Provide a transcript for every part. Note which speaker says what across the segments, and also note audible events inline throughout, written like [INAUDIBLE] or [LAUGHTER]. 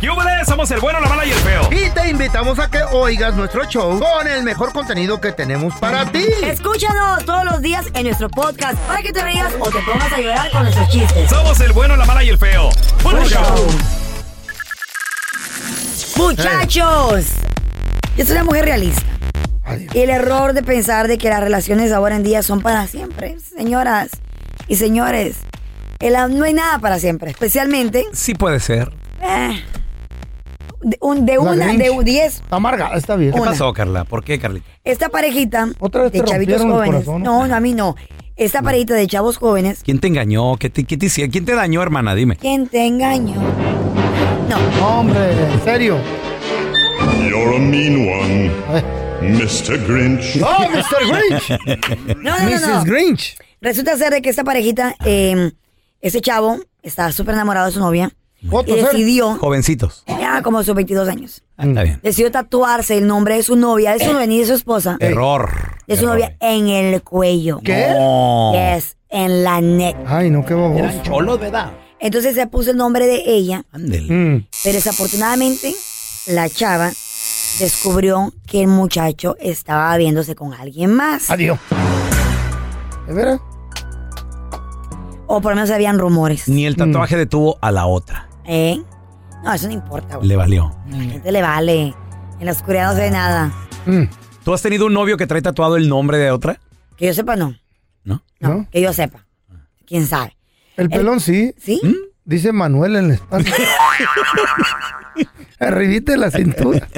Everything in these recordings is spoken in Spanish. Speaker 1: ¡Yúbele! Somos el bueno, la mala y el feo.
Speaker 2: Y te invitamos a que oigas nuestro show con el mejor contenido que tenemos para ti.
Speaker 3: Escúchanos todos los días en nuestro podcast para que te rías o te pongas a llorar con nuestros chistes.
Speaker 1: Somos el bueno, la mala y el feo. ¡Puro show!
Speaker 3: Muchachos, yo soy una mujer realista. Y el error de pensar de que las relaciones ahora en día son para siempre, señoras y señores. el am- no hay nada para siempre, especialmente
Speaker 4: Sí puede ser.
Speaker 3: eh, de, un- de
Speaker 2: La
Speaker 3: una,
Speaker 2: Grinch.
Speaker 3: de un 10.
Speaker 2: Amarga, está bien.
Speaker 4: ¿Qué
Speaker 3: Una.
Speaker 4: pasó, Carla? ¿Por qué, Carlita?
Speaker 3: Esta parejita
Speaker 2: Otra vez
Speaker 3: de
Speaker 2: te
Speaker 3: chavitos
Speaker 2: rompieron el
Speaker 3: jóvenes.
Speaker 2: corazón, ¿no?
Speaker 3: No, no, a mí no. Esta parejita de chavos jóvenes,
Speaker 4: ¿Quién te engañó? ¿Qué te, qué te hicieron? ¿Quién te dañó, hermana? Dime.
Speaker 3: ¿quién te engañó? No,
Speaker 2: Hombre, en serio.
Speaker 5: You're a mean one, Mr. Grinch.
Speaker 2: Eh. ¡Oh, Mr. Grinch!
Speaker 3: no, no, no, no.
Speaker 2: Mrs. Grinch.
Speaker 3: Resulta ser de que esta parejita, eh, ese chavo, está súper enamorado de su novia y
Speaker 2: Otro ser.
Speaker 3: decidió,
Speaker 4: Jovencitos.
Speaker 3: ya como sus 22 años,
Speaker 4: Ah, está bien.
Speaker 3: decidió tatuarse el nombre de su novia, de su novia y de su esposa,
Speaker 4: Error.
Speaker 3: de su
Speaker 4: Error.
Speaker 3: novia en el cuello.
Speaker 2: ¿Qué?
Speaker 4: No.
Speaker 3: Yes, en la neck.
Speaker 2: Ay, no, qué
Speaker 4: Eran
Speaker 2: baboso.
Speaker 4: cholos, ¿verdad?
Speaker 3: Entonces se puso el nombre de ella,
Speaker 4: Ándele.
Speaker 2: Mm.
Speaker 3: pero desafortunadamente la chava descubrió que el muchacho estaba viéndose con alguien más.
Speaker 2: Adiós. ¿De veras?
Speaker 3: O por lo menos habían rumores.
Speaker 4: Ni el tatuaje
Speaker 3: Mm.
Speaker 4: detuvo a la otra.
Speaker 3: ¿Eh? No, eso no importa, güey.
Speaker 4: Le valió.
Speaker 3: A la gente le vale. En la oscuridad no se ve nada.
Speaker 2: Mm,
Speaker 4: ¿Tú has tenido un novio que trae tatuado el nombre de otra?
Speaker 3: Que yo sepa, no.
Speaker 4: ¿No?
Speaker 3: No,
Speaker 2: ¿No?
Speaker 3: que yo sepa. ¿Quién sabe?
Speaker 2: El pelón sí,
Speaker 3: ¿Sí?
Speaker 4: ¿Mm?
Speaker 2: dice Manuel en la
Speaker 3: [LAUGHS]
Speaker 2: espalda. Arribita de la cintura.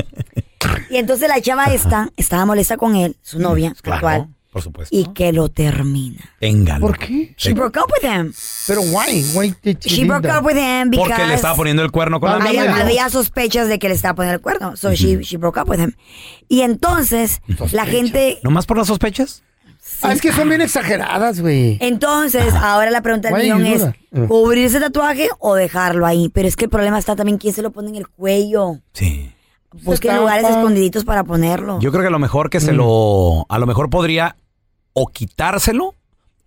Speaker 3: Y entonces la chava esta estaba molesta con él, su
Speaker 4: Mm,
Speaker 3: novia, su actual,
Speaker 4: por supuesto.
Speaker 3: y que lo termina.
Speaker 4: Téngalo.
Speaker 2: ¿Por qué?
Speaker 3: She broke up with him.
Speaker 2: Pero guay, guay, qué
Speaker 3: She
Speaker 2: chilinda.
Speaker 3: broke up with him because
Speaker 4: Porque le estaba poniendo el cuerno con
Speaker 2: Ah,
Speaker 4: la
Speaker 2: no,
Speaker 3: había,
Speaker 2: no, no.
Speaker 3: había sospechas de que le estaba poniendo el cuerno. So she, she broke up with him. Y entonces la gente...
Speaker 4: ¿Nomás por las sospechas?
Speaker 2: Ah, es que son bien exageradas, güey.
Speaker 3: Eh. Entonces,
Speaker 2: Ah.
Speaker 3: ahora la pregunta del
Speaker 2: Why
Speaker 3: millón
Speaker 2: you
Speaker 3: es,
Speaker 2: do that?
Speaker 3: ¿cubrirse el tatuaje o dejarlo ahí? Pero es que el problema está también quién se lo pone en el cuello.
Speaker 4: Sí.
Speaker 3: Busquen
Speaker 2: tapa.
Speaker 3: lugares escondiditos para ponerlo.
Speaker 4: Yo creo que a lo mejor que
Speaker 3: Mm.
Speaker 4: se lo... A lo mejor podría o quitárselo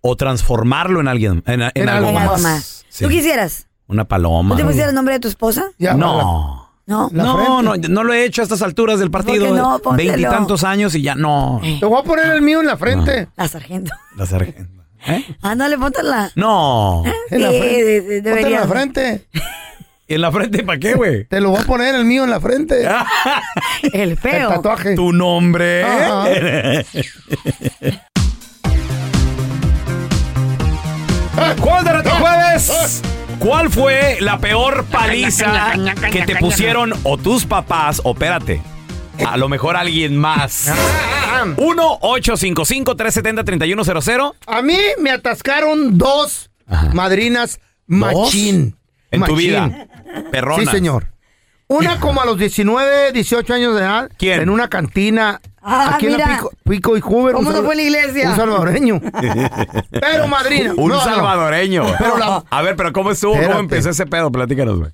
Speaker 4: o transformarlo en alguien, en, en
Speaker 2: En
Speaker 4: algo
Speaker 3: En
Speaker 4: más.
Speaker 3: algo más.
Speaker 4: Sí.
Speaker 3: ¿Tú quisieras?
Speaker 4: Una
Speaker 3: ¿Tú
Speaker 4: paloma.
Speaker 3: te pusieras el nombre de tu esposa?
Speaker 2: Ya,
Speaker 4: no.
Speaker 3: No.
Speaker 2: la
Speaker 4: No, no,
Speaker 2: frente.
Speaker 4: no lo he hecho a estas alturas del partido.
Speaker 3: qué no? Póntelo. Eh.
Speaker 4: Veintitantos años y ya no.
Speaker 2: la- Te voy a poner el mío en la frente.
Speaker 3: La sargento. [LAUGHS]
Speaker 4: La sargento. ¿Eh?
Speaker 3: Ándale, póntala.
Speaker 4: No.
Speaker 2: En la
Speaker 3: Sí,
Speaker 2: frente.
Speaker 3: sí, sí,
Speaker 2: Ponte en la
Speaker 3: deberías.
Speaker 2: frente.
Speaker 4: ¿Y en la frente para qué,
Speaker 2: [LAUGHS]
Speaker 4: güey?
Speaker 2: Te lo voy a poner el mío en la frente.
Speaker 3: [LAUGHS] El
Speaker 2: El
Speaker 3: feo.
Speaker 2: tatuaje.
Speaker 4: Tu nombre.
Speaker 2: Ajá.
Speaker 4: ¿Cuál de los jueves? ¿Cuál fue la peor paliza que te pusieron o tus papás? O espérate, a lo mejor alguien más. 1-855-370-3100.
Speaker 2: A mí me atascaron dos
Speaker 4: Ajá.
Speaker 2: madrinas
Speaker 4: ¿Dos?
Speaker 2: machín.
Speaker 4: En tu
Speaker 2: Machín.
Speaker 4: vida. Perrona.
Speaker 2: Sí, señor. Una como a los 19, 18 años de edad.
Speaker 4: ¿Quién?
Speaker 2: En una cantina.
Speaker 3: Ah,
Speaker 2: aquí en
Speaker 3: mira.
Speaker 2: la Pico, Pico y Hoover.
Speaker 3: ¿Cómo no
Speaker 2: salva-
Speaker 3: fue la iglesia?
Speaker 4: [LAUGHS]
Speaker 2: Un salvadoreño. pero madrina.
Speaker 4: Un
Speaker 2: no, no.
Speaker 4: salvadoreño.
Speaker 2: Pero la-
Speaker 4: A ver, pero ¿cómo estuvo? ¿Cómo
Speaker 2: Espérate.
Speaker 4: empezó ese pedo? Platícanos, güey.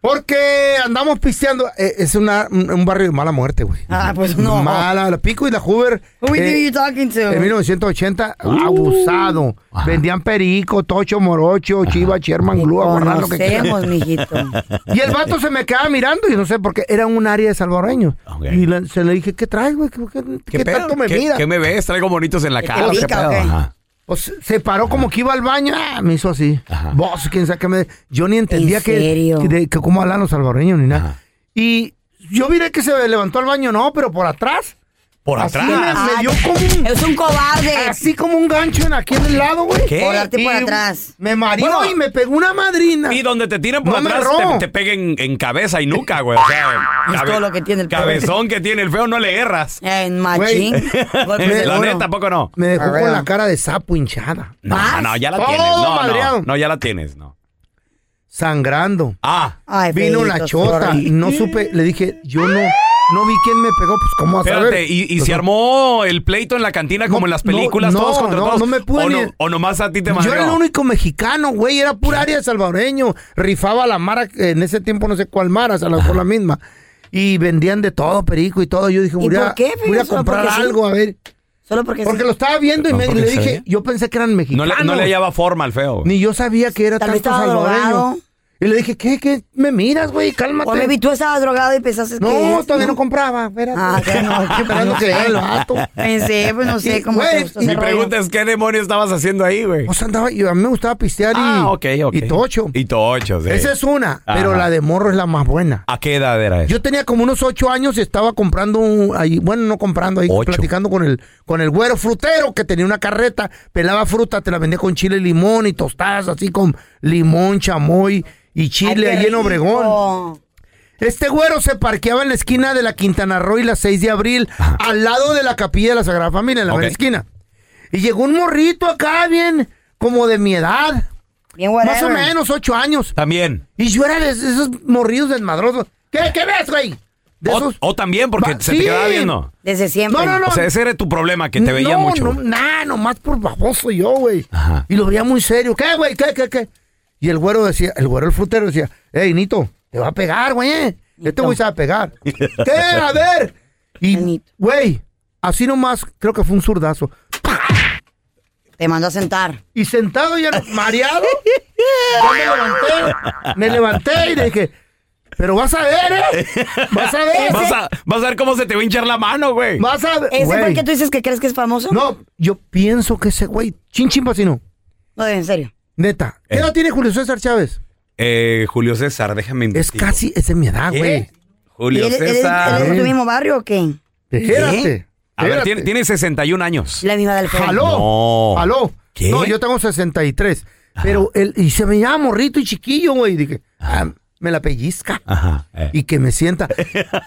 Speaker 2: Porque andamos pisteando. eh, es una, un, un barrio de mala muerte, güey.
Speaker 3: Ah, pues no.
Speaker 2: Mala. La Pico y la Hoover.
Speaker 3: Who are
Speaker 2: eh,
Speaker 3: you talking to?
Speaker 2: En 1980, abusado.
Speaker 4: Ajá.
Speaker 2: Vendían perico, tocho, morocho, chiva, sherman, glúa, guardan lo que quieran.
Speaker 3: Conocemos, mijito.
Speaker 2: Y el vato se me quedaba mirando y no sé por qué. Era un área de salvadoreños.
Speaker 4: Ok.
Speaker 2: Y le- se le dije, ¿qué traes, güey? ¿Qué, qué- qué
Speaker 4: pedo?
Speaker 2: tanto me
Speaker 4: ¿Qué,
Speaker 2: mira?
Speaker 4: qué me ves? Traigo bonitos en la
Speaker 3: ¿Qué te
Speaker 4: cara. ¿Qué
Speaker 3: pica o
Speaker 4: pedo?
Speaker 3: qué?
Speaker 4: Ajá.
Speaker 2: Pues, se paró como que iba al baño. Ah, me hizo así.
Speaker 4: Ajá.
Speaker 2: Vos, quién sabe qué me... Yo ni entendía
Speaker 3: ¿En
Speaker 2: que,
Speaker 3: serio?
Speaker 2: que, de- que cómo hablan los salvadoreños ni nada.
Speaker 4: Ajá.
Speaker 2: Y yo miré que se levantó al baño, no, pero por atrás.
Speaker 4: Por
Speaker 2: Así
Speaker 4: atrás.
Speaker 2: Me dio como un-
Speaker 3: [LAUGHS] Es un cobarde.
Speaker 2: Así como un gancho en aquí en el lado, güey.
Speaker 4: ¿Qué?
Speaker 3: Ah, Por darte por
Speaker 2: Y
Speaker 3: atrás.
Speaker 2: Me mareó
Speaker 4: Bueno.
Speaker 2: y me pegó una madrina.
Speaker 4: Y donde te tiran por
Speaker 2: No me
Speaker 4: atrás,
Speaker 2: erró.
Speaker 4: te, te peguen en cabeza y nuca, güey. O sea,
Speaker 3: Es todo lo que tiene el feo.
Speaker 4: cabezón que tiene el feo, no le
Speaker 2: [LAUGHS]
Speaker 4: erras.
Speaker 3: En machín. Golpes de
Speaker 4: [LAUGHS] la
Speaker 3: duro.
Speaker 4: neta, tampoco no.
Speaker 2: Me dejó
Speaker 3: Arrea.
Speaker 2: con la cara de sapo hinchada.
Speaker 4: No, no, ya la
Speaker 2: Todo
Speaker 4: tienes. No, no,
Speaker 2: madreado.
Speaker 4: no, ya la tienes, no.
Speaker 2: Sangrando.
Speaker 4: Ah,
Speaker 3: Ay,
Speaker 2: Vino la
Speaker 3: feíto,
Speaker 2: chota
Speaker 3: sorry.
Speaker 2: y no supe, le dije, yo no, no vi quién me pegó, pues cómo vas a
Speaker 4: espérate,
Speaker 2: saber.
Speaker 4: ¿y, y se armó el pleito en la cantina como
Speaker 2: No,
Speaker 4: en las
Speaker 2: no,
Speaker 4: películas,
Speaker 2: no,
Speaker 4: todos contra
Speaker 2: no,
Speaker 4: todos?
Speaker 2: no me pude
Speaker 4: o,
Speaker 2: ni-
Speaker 4: o nomás a ti te
Speaker 2: Yo era el
Speaker 4: madreó?
Speaker 2: único mexicano, güey, era pura área de salvadoreño, rifaba la mara, en ese tiempo no sé cuál mara, a lo mejor la misma. Y vendían de todo, perico y todo. Yo dije, voy
Speaker 3: por
Speaker 2: a,
Speaker 3: qué,
Speaker 2: voy a
Speaker 3: Fío? Solo
Speaker 2: comprar
Speaker 3: porque sí.
Speaker 2: algo, a ver.
Speaker 3: Solo porque,
Speaker 2: Porque
Speaker 3: sí.
Speaker 2: lo estaba viendo y
Speaker 4: No,
Speaker 2: me,
Speaker 4: porque
Speaker 2: le
Speaker 4: sabía.
Speaker 2: dije, yo pensé que eran
Speaker 4: No
Speaker 2: mexicanos.
Speaker 4: le, no le hallaba forma al feo. güey.
Speaker 2: Ni yo sabía que era
Speaker 3: Tal vez
Speaker 2: tanto
Speaker 3: estaba
Speaker 2: salvadoreño.
Speaker 3: drogado.
Speaker 2: Y le dije, ¿qué? ¿Qué? ¿Me miras, güey? Cálmate.
Speaker 3: O baby, tú estabas drogado y pensaste que.
Speaker 2: No, todavía no compraba. Espérate.
Speaker 3: [LAUGHS] Ah,
Speaker 2: [LAUGHS]
Speaker 3: ya no, qué
Speaker 2: esperando que le haga el vato.
Speaker 3: Pensé, pues no sé cómo.
Speaker 2: Güey,
Speaker 3: te gustó ese
Speaker 4: Mi
Speaker 3: rollo.
Speaker 4: pregunta es, ¿qué demonios estabas haciendo ahí, güey?
Speaker 2: O sea, andaba, yo, a mí me gustaba pistear y,
Speaker 4: Ah, ok, ok.
Speaker 2: y tocho.
Speaker 4: Y tocho, sí.
Speaker 2: Esa es una, pero
Speaker 4: Ajá.
Speaker 2: la de morro es la más buena.
Speaker 4: ¿A qué edad era eso?
Speaker 2: Yo tenía como unos ocho años y estaba comprando un- ahí, bueno, no comprando, ahí
Speaker 4: Ocho.
Speaker 2: platicando con el, con el güero frutero que tenía una carreta, pelaba fruta, te la vendía con chile y limón y tostadas así con limón, chamoy y
Speaker 3: Ay,
Speaker 2: chile
Speaker 3: qué
Speaker 2: ahí en Obregón.
Speaker 3: rico.
Speaker 2: Este güero se parqueaba en la esquina de la Quintana Roo y la 6 de abril, al lado de la capilla de la Sagrada Familia, en la
Speaker 4: Ok.
Speaker 2: mera esquina. Y llegó un morrito acá, bien, como de mi edad,
Speaker 3: Bien whatever.
Speaker 2: más o menos ocho años.
Speaker 4: También.
Speaker 2: Y yo era de esos morridos desmadrosos. ¿Qué, qué ves, güey? De
Speaker 4: O,
Speaker 2: esos.
Speaker 4: o también porque
Speaker 2: Va-
Speaker 4: se
Speaker 2: sí.
Speaker 4: te quedaba viendo.
Speaker 3: Desde siempre.
Speaker 2: No, no, no.
Speaker 4: O sea, ese era tu problema, que te veían
Speaker 2: no,
Speaker 4: mucho.
Speaker 2: No, nah, nomás por baboso yo, güey.
Speaker 4: Ajá.
Speaker 2: Y lo veía muy serio. ¿Qué, güey? ¿Qué, qué, qué? Y el güero decía, el güero, el frutero decía, hey, Nito, te va a pegar, güey. Este güey se va
Speaker 4: [LAUGHS]
Speaker 2: a pegar. ¿Qué? A ver.
Speaker 3: El
Speaker 2: Y,
Speaker 3: Nito.
Speaker 2: güey, así nomás, creo que fue un zurdazo.
Speaker 3: Te mandó a sentar.
Speaker 2: Y sentado ya, no- mareado, yo me levanté, me levanté y le dije, pero vas a ver, ¿eh? Vas
Speaker 4: [LAUGHS]
Speaker 2: a ver.
Speaker 4: Vas a, vas a ver cómo se te va a hinchar la mano, güey.
Speaker 2: Vas a ver.
Speaker 3: ¿Ese fue
Speaker 2: güey.
Speaker 3: el que tú dices que crees que es famoso?
Speaker 2: No, yo pienso que ese güey, chin chin vecino,
Speaker 3: No, en serio.
Speaker 2: neta. ¿Qué
Speaker 4: Eh.
Speaker 2: edad tiene Julio César Chávez?
Speaker 4: Eh, Julio César, déjame
Speaker 2: Es
Speaker 4: investigar.
Speaker 2: casi, es de mi edad,
Speaker 4: ¿Qué?
Speaker 2: güey.
Speaker 3: ¿Y
Speaker 4: Julio
Speaker 3: ¿Eres, eres-
Speaker 4: César.
Speaker 3: eres de tu mismo barrio o qué?
Speaker 2: Espérate.
Speaker 4: A ver,
Speaker 2: espérate.
Speaker 4: tiene, tiene 61 años.
Speaker 3: La misma del Alfredo.
Speaker 2: Jaló,
Speaker 4: No.
Speaker 2: jaló.
Speaker 4: ¿Qué?
Speaker 2: No, yo tengo 63. Pero él, y se me llama morrito y chiquillo, güey. Dije, ah, me la pellizca.
Speaker 4: Ajá. eh.
Speaker 2: Y que me
Speaker 4: [LAUGHS]
Speaker 2: sienta.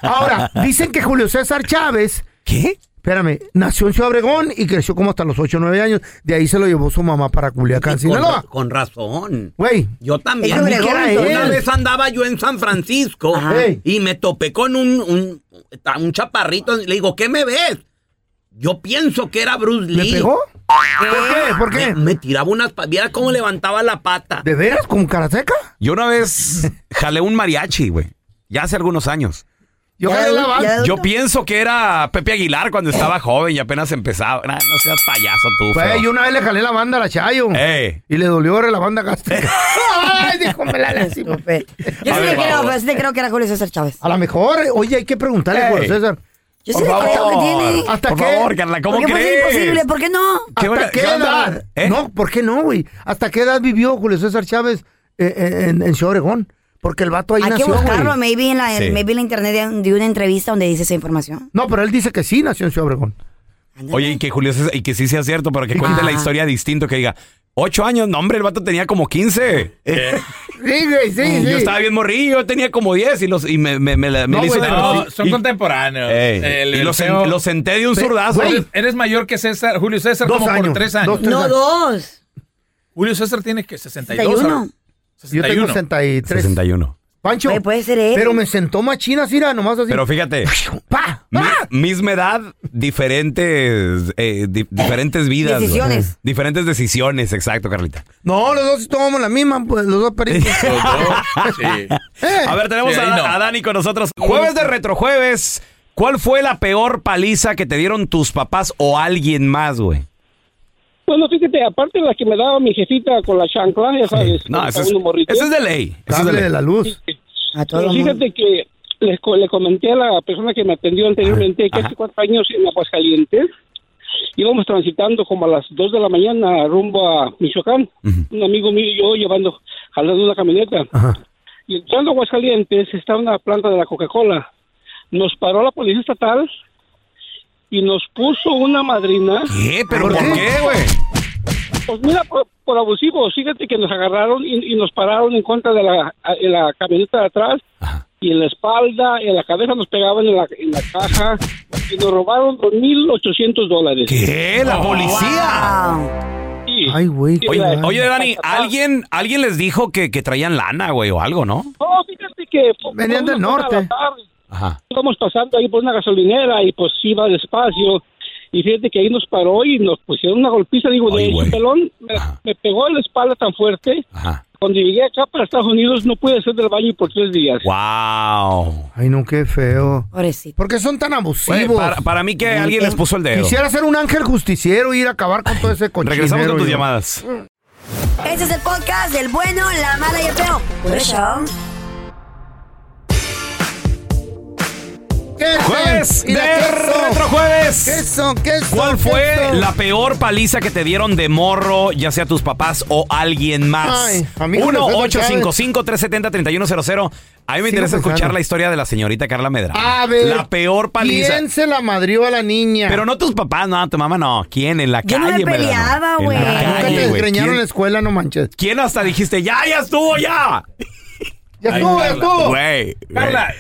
Speaker 2: Ahora, dicen que Julio César Chávez,
Speaker 4: ¿Qué?
Speaker 2: espérame, nació en Ciudad Obregón y creció como hasta los 8 o 9 años. De ahí se lo llevó su mamá para Culiacán,
Speaker 6: con,
Speaker 2: Sinaloa.
Speaker 6: con razón.
Speaker 2: Güey,
Speaker 6: Yo también.
Speaker 3: Es de
Speaker 6: Una
Speaker 2: Obregón, Ah, entonces.
Speaker 6: vez andaba yo en San Francisco
Speaker 2: Ajá. Ey.
Speaker 6: y me topé con un, un, a un chaparrito. Le digo, ¿qué me ves? Yo pienso que era Bruce
Speaker 2: ¿le
Speaker 6: Lee.
Speaker 2: pegó? ¿Por qué? ¿Por
Speaker 6: Me,
Speaker 2: qué?
Speaker 6: me tiraba unas... pa- Viera cómo levantaba la pata.
Speaker 2: ¿De veras? ¿Con cara seca?
Speaker 4: Yo una vez jalé un mariachi, güey. Ya hace algunos años.
Speaker 2: Yo
Speaker 3: Ya
Speaker 2: jalé la
Speaker 3: adulto,
Speaker 2: banda.
Speaker 3: ya adulto.
Speaker 4: Yo pienso que era Pepe Aguilar cuando estaba joven y apenas empezaba. Nah, no seas payaso tú,
Speaker 2: Güey,
Speaker 4: feo.
Speaker 2: yo una vez le jalé la banda a la Chayo.
Speaker 4: Ey.
Speaker 2: Y le dolió ahora la
Speaker 4: [LAUGHS]
Speaker 2: banda gástrica. Ay, dijo, me la
Speaker 3: Disculpe.
Speaker 2: lástima.
Speaker 3: Yo sí
Speaker 4: A
Speaker 3: te
Speaker 4: ver,
Speaker 3: creo,
Speaker 4: vamos.
Speaker 3: pero sí te creo que era Julio César Chávez.
Speaker 2: A lo mejor, eh, oye, hay que preguntarle
Speaker 4: Ey.
Speaker 2: a Julio César.
Speaker 3: Yo sí le creo que tiene.
Speaker 2: Ah, ¿Hasta
Speaker 4: Por
Speaker 2: qué?
Speaker 4: favor, Carla, ¿cómo
Speaker 3: ¿Por qué
Speaker 4: crees?
Speaker 3: fue imposible? ¿Por qué no?
Speaker 4: ¿Qué
Speaker 2: ¿Hasta
Speaker 4: hora-
Speaker 2: qué
Speaker 4: qué onda?
Speaker 2: edad?
Speaker 4: ¿Eh?
Speaker 2: No, ¿por qué no, güey? ¿Hasta qué edad vivió Julio César Chávez eh, eh, en, en Ciudad Obregón? Porque el vato ahí
Speaker 3: Hay que
Speaker 2: nació,
Speaker 3: buscarlo,
Speaker 2: güey.
Speaker 3: maybe en, la,
Speaker 4: Sí.
Speaker 3: maybe en la internet de, un- de una entrevista donde dice esa información.
Speaker 2: No, pero él dice que sí nació en Ciudad Obregón.
Speaker 3: Ándale.
Speaker 4: Oye, y que Julio César, y que sí sea cierto, pero que cuente la
Speaker 3: Ajá.
Speaker 4: historia distinto, que diga, ocho años, no, hombre, el vato tenía como 15.
Speaker 2: Sí, güey, sí,
Speaker 4: Yo estaba bien morrillo, yo tenía como 10 y, los, y me, me, me, la- me
Speaker 2: No,
Speaker 4: la hizo
Speaker 2: güey,
Speaker 4: de-
Speaker 2: no,
Speaker 4: y-
Speaker 7: son contemporáneos.
Speaker 4: Ey,
Speaker 7: El-
Speaker 4: y
Speaker 7: el
Speaker 4: lo, sen-
Speaker 7: feo-
Speaker 4: lo senté de un
Speaker 2: Pe-
Speaker 4: zurdazo.
Speaker 2: güey.
Speaker 7: Eres mayor que César, Julio César,
Speaker 2: Dos
Speaker 7: como
Speaker 2: años,
Speaker 7: por tres años.
Speaker 2: dos-
Speaker 3: No, dos.
Speaker 7: Julio César tiene que 62.
Speaker 3: 61.
Speaker 7: ahora.
Speaker 2: Yo tengo
Speaker 7: 61.
Speaker 2: 63.
Speaker 4: 61.
Speaker 2: Pancho,
Speaker 3: Güey, puede ser él.
Speaker 2: pero me sentó machina, mira, nomás así.
Speaker 4: Pero fíjate,
Speaker 2: ¡Pa!
Speaker 4: mi-
Speaker 2: ¡Ah!
Speaker 4: misma edad, diferentes, eh, di- diferentes vidas. güey.
Speaker 3: Decisiones.
Speaker 4: Diferentes decisiones, exacto, Carlita.
Speaker 2: No, los dos tomamos la misma, pues, los dos
Speaker 4: [LAUGHS]
Speaker 2: peritos.
Speaker 7: Los dos, sí.
Speaker 2: Eh.
Speaker 4: A ver, tenemos
Speaker 7: Sí,
Speaker 4: a,
Speaker 7: ahí no.
Speaker 4: a Dani con nosotros. Jueves de retrojueves. ¿Cuál fue la peor paliza que te dieron tus papás o alguien más, güey?
Speaker 8: Bueno, fíjate, aparte de la que me daba mi jefita con la chancla, ya sabes.
Speaker 4: No,
Speaker 8: cuando
Speaker 4: eso
Speaker 8: estaba
Speaker 4: es,
Speaker 8: uno morrito.
Speaker 4: eso es de ley. Eso es de
Speaker 2: Cable de
Speaker 4: ley.
Speaker 2: la luz.
Speaker 3: A todo
Speaker 8: Pero
Speaker 3: el mundo.
Speaker 8: fíjate que le, co- le comenté a la persona que me atendió anteriormente que hace cuatro años en Aguascalientes íbamos transitando como a las dos de la mañana rumbo a Michoacán. Un amigo mío y yo llevando, jalando una camioneta.
Speaker 4: Ah.
Speaker 2: Ajá.
Speaker 8: Y entrando a Aguascalientes está una planta de la Coca-Cola. Nos paró la policía estatal y nos puso una madrina.
Speaker 4: ¿Qué? ¿Pero por,
Speaker 2: ¿Por qué?
Speaker 4: qué, güey?
Speaker 8: Pues mira, por, por abusivos, fíjate que nos agarraron y, y nos pararon en contra de la, a- en la camioneta de atrás y en la espalda, en la cabeza nos pegaban en la, en la caja y nos robaron 2.800 dólares.
Speaker 4: ¿Qué? ¿La policía?
Speaker 3: Wow.
Speaker 8: Sí.
Speaker 2: Ay, güey.
Speaker 8: Sí,
Speaker 2: qué
Speaker 4: Oye,
Speaker 8: Ay.
Speaker 2: mal.
Speaker 4: oye, Dani, ¿alguien, alguien les dijo que, que traían lana, güey, o algo, ¿no?
Speaker 8: No, fíjate que... pues, po-
Speaker 2: Venían
Speaker 8: por
Speaker 2: del
Speaker 8: una cosa de
Speaker 2: norte.
Speaker 8: la tarde,
Speaker 4: Ajá.
Speaker 8: Íbamos pasando ahí por una gasolinera y pues iba despacio. Y fíjate que ahí nos paró y nos pusieron una golpiza. Digo,
Speaker 4: Ay,
Speaker 8: de
Speaker 4: güey.
Speaker 8: su pelón me,
Speaker 4: Ajá.
Speaker 8: me pegó en la espalda tan fuerte.
Speaker 4: Ajá.
Speaker 8: Cuando llegué acá para Estados Unidos no pude hacer del baño por tres días.
Speaker 4: Wow.
Speaker 2: Ay, no, qué feo.
Speaker 3: Pobrecito.
Speaker 2: ¿Por qué son tan abusivos? eh,
Speaker 4: Güey, para, para mí que alguien les puso el dedo.
Speaker 2: Quisiera ser un ángel justiciero y ir a acabar con todo ese cochinero.
Speaker 4: Regresamos con tus
Speaker 2: yo.
Speaker 4: llamadas.
Speaker 3: Este es el podcast del bueno, la mala y el feo. Por eso.
Speaker 2: ¿Qué
Speaker 4: Jueves
Speaker 2: Y la
Speaker 4: de
Speaker 2: queso.
Speaker 4: Retrojueves.
Speaker 2: Queso, queso,
Speaker 4: ¿Cuál fue
Speaker 2: queso.
Speaker 4: la peor paliza que te dieron de morro, ya sea tus papás o alguien más?
Speaker 2: Ay, a mí no me suelta, Chávez.
Speaker 4: 1-855-370-3100. A mí me
Speaker 2: Sigo
Speaker 4: interesa escuchar
Speaker 2: pensando.
Speaker 4: la historia de la señorita Carla Medra.
Speaker 2: A ver.
Speaker 4: La peor paliza.
Speaker 2: ¿Quién se la madrió a la niña?
Speaker 4: Pero no tus papás, no, tu mamá no. ¿Quién? En la
Speaker 3: Yo no me
Speaker 4: calle. me la-
Speaker 3: peleaba,
Speaker 4: en la
Speaker 3: güey.
Speaker 4: calle,
Speaker 2: Nunca te
Speaker 4: güey.
Speaker 2: desgreñaron en la
Speaker 4: ¿Quién,
Speaker 2: escuela, no manches.
Speaker 4: quién hasta dijiste, ya, ya estuvo, ya?
Speaker 2: Ya estuvo, ya estuvo.
Speaker 4: Güey. [LAUGHS] güey.
Speaker 7: Carla,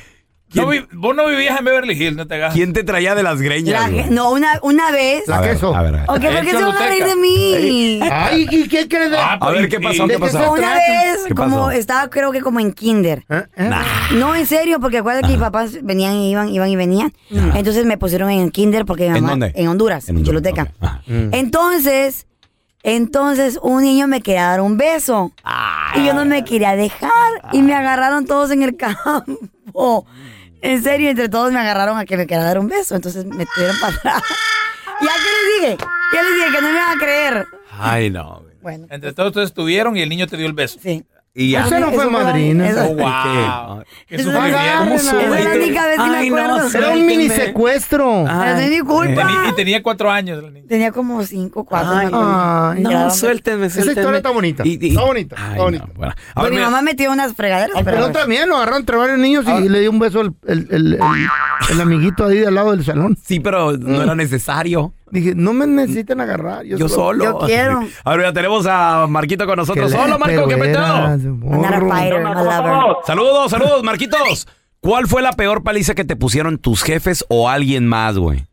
Speaker 7: no vi- vos no vivías en Beverly Hills, no te hagas.
Speaker 4: ¿Quién te traía de las
Speaker 3: La
Speaker 4: greñas?
Speaker 3: ge-
Speaker 4: güey?
Speaker 3: no, una, una vez.
Speaker 2: La
Speaker 4: A ver,
Speaker 2: queso.
Speaker 4: a ver, a ver.
Speaker 3: Ok, ¿por qué
Speaker 7: Eh,
Speaker 3: se van a reír
Speaker 7: Choluteca.
Speaker 3: de mí?
Speaker 2: Ay, ¿y qué crees de.?
Speaker 7: Ah,
Speaker 4: A ver, ¿qué
Speaker 7: y-
Speaker 4: pasó?
Speaker 7: y-
Speaker 4: ¿Qué
Speaker 2: ¿de qué
Speaker 4: pasó?
Speaker 2: se-
Speaker 3: Una vez,
Speaker 4: ¿Qué pasó?
Speaker 3: como estaba creo que como en kinder.
Speaker 2: ¿Eh? ¿Eh?
Speaker 3: No, en serio, porque acuerda que mis papás venían y iban, iban y venían. Entonces me pusieron en el kinder porque mi
Speaker 4: ¿En
Speaker 3: mamá-
Speaker 4: dónde?
Speaker 3: En Honduras,
Speaker 4: En
Speaker 3: en,
Speaker 4: Honduras,
Speaker 3: Choluteca.
Speaker 4: ok. Ajá.
Speaker 3: Entonces, entonces un niño me quería dar un beso. Y yo no me quería dejar. Y me agarraron todos en el [LAUGHS] campo. En serio, entre todos me agarraron a que me quería dar un beso. Entonces me tuvieron para atrás. [LAUGHS] ¿Ya qué les dije? Ya les dije que no me iban a creer.
Speaker 4: Ay, no. güey.
Speaker 3: Bueno,
Speaker 7: Entre todos ustedes estuvieron y el niño te dio el beso.
Speaker 3: sí.
Speaker 4: Y ya.
Speaker 2: Esa no fue
Speaker 3: Eso fue-
Speaker 2: madrina.
Speaker 3: eso-
Speaker 7: Oh, wow. Qué
Speaker 3: Eso-
Speaker 7: sufrimiento.
Speaker 2: ¿Cómo
Speaker 3: Esa es la
Speaker 2: sufriste?
Speaker 3: única vez que
Speaker 4: Ay, no,
Speaker 3: me acuerdo.
Speaker 4: se-
Speaker 2: Era un mini secuestro.
Speaker 3: Pero no es mi culpa.
Speaker 7: Teni- y tenía cuatro años el niño.
Speaker 3: Tenía como cinco, cuatro.
Speaker 4: Ay,
Speaker 3: me acuerdo.
Speaker 2: ay,
Speaker 3: Me grababan.
Speaker 4: suéltenme,
Speaker 2: Esa historia está bonita. Está bonita, está bonita.
Speaker 4: bueno. A
Speaker 3: Pues
Speaker 4: ver,
Speaker 3: mi
Speaker 4: mira,
Speaker 3: mamá metió unas fregaderas.
Speaker 2: Pero
Speaker 3: Pero,
Speaker 2: también lo agarraron entre varios niños y le dio un beso el, el, el, el- el amiguito ahí al lado del salón.
Speaker 4: Sí, pero no era necesario.
Speaker 2: Dije, no me necesitan agarrar. [LAUGHS] Yo,
Speaker 4: Yo solo.
Speaker 2: solo-
Speaker 4: [LAUGHS]
Speaker 3: Yo quiero.
Speaker 4: A ver, ya tenemos a Marquito con nosotros.
Speaker 2: le-
Speaker 4: Hola, Marco, ¿qué
Speaker 2: pero
Speaker 4: peteo?
Speaker 2: eras, morro.
Speaker 3: Not a fighter, I'm a lover.
Speaker 4: Saludos, saludos, Marquitos. ¿Cuál fue la peor paliza que te pusieron tus jefes o alguien más, güey?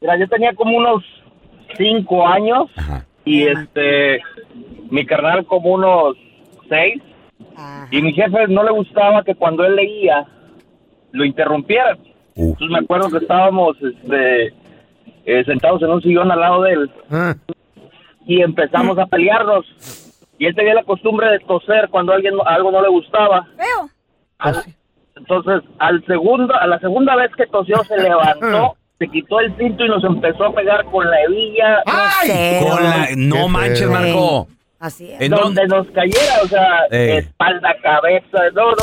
Speaker 9: Mira, yo tenía como unos cinco años
Speaker 4: Ajá.
Speaker 9: y este, mi carnal como unos seis
Speaker 3: Ah.
Speaker 9: y mi jefe no le gustaba que cuando él leía lo interrumpieran.
Speaker 4: Uh.
Speaker 9: Entonces me acuerdo que estábamos este, eh, sentados en un sillón al lado de él
Speaker 2: Ah,
Speaker 9: y empezamos a pelearnos. Y él tenía la costumbre de toser cuando a alguien algo no le gustaba.
Speaker 3: Feo.
Speaker 9: Al- entonces, al segundo, a la segunda vez que tosió, se levantó, se quitó el cinto y nos empezó a pegar con la hebilla
Speaker 2: ¡Ay!
Speaker 3: Grosero.
Speaker 4: Con la-
Speaker 2: Qué
Speaker 4: No manches,
Speaker 2: feo.
Speaker 4: Marco.
Speaker 3: Sí, Así es.
Speaker 4: ¿En
Speaker 9: donde
Speaker 4: dónde?
Speaker 9: nos cayera, o sea,
Speaker 4: Eh.
Speaker 9: espalda, cabeza, no, no.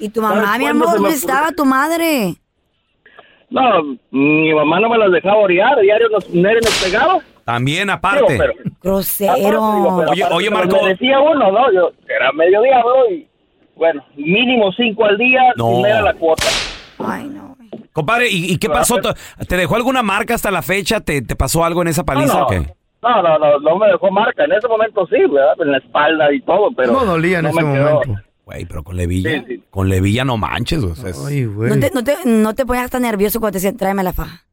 Speaker 3: Y tu mamá,
Speaker 9: ¿Sabes
Speaker 3: mi
Speaker 9: cuándo
Speaker 3: amor,
Speaker 9: se me
Speaker 3: ¿dónde
Speaker 9: ocurrió?
Speaker 3: estaba tu
Speaker 4: Ah,
Speaker 3: madre?
Speaker 9: No, mi mamá no me las dejaba orear, diario nos, diario nos pegaba.
Speaker 4: También,
Speaker 9: Digo,
Speaker 4: aparte.
Speaker 9: pero, aparte, digo,
Speaker 3: Grosero.
Speaker 9: pero
Speaker 4: Oye,
Speaker 9: aparte,
Speaker 4: oye,
Speaker 9: pero
Speaker 4: Marco.
Speaker 9: me decía uno, ¿no? Yo era medio diablo y, bueno, mínimo cinco al día,
Speaker 4: No.
Speaker 9: no. era la cuota.
Speaker 3: Ay, no. güey.
Speaker 4: Compadre, ¿y, y qué pasó? ¿Te- ¿Te dejó alguna marca hasta la fecha? ¿Te, te pasó algo en esa
Speaker 9: No,
Speaker 4: paliza
Speaker 9: no,
Speaker 4: o qué?
Speaker 9: no, no, no, no me dejó marca, en ese momento sí, ¿verdad? En la espalda y todo, pero...
Speaker 2: No dolía en
Speaker 9: no
Speaker 2: ese
Speaker 9: me quedó.
Speaker 2: momento.
Speaker 4: Güey, pero con Levilla.
Speaker 9: Sí, sí.
Speaker 4: Con Levilla no manches, güey. o sea, es-
Speaker 2: Ay, güey.
Speaker 3: No te, no, te, no te pongas tan nervioso cuando te dicen, tráeme la faja.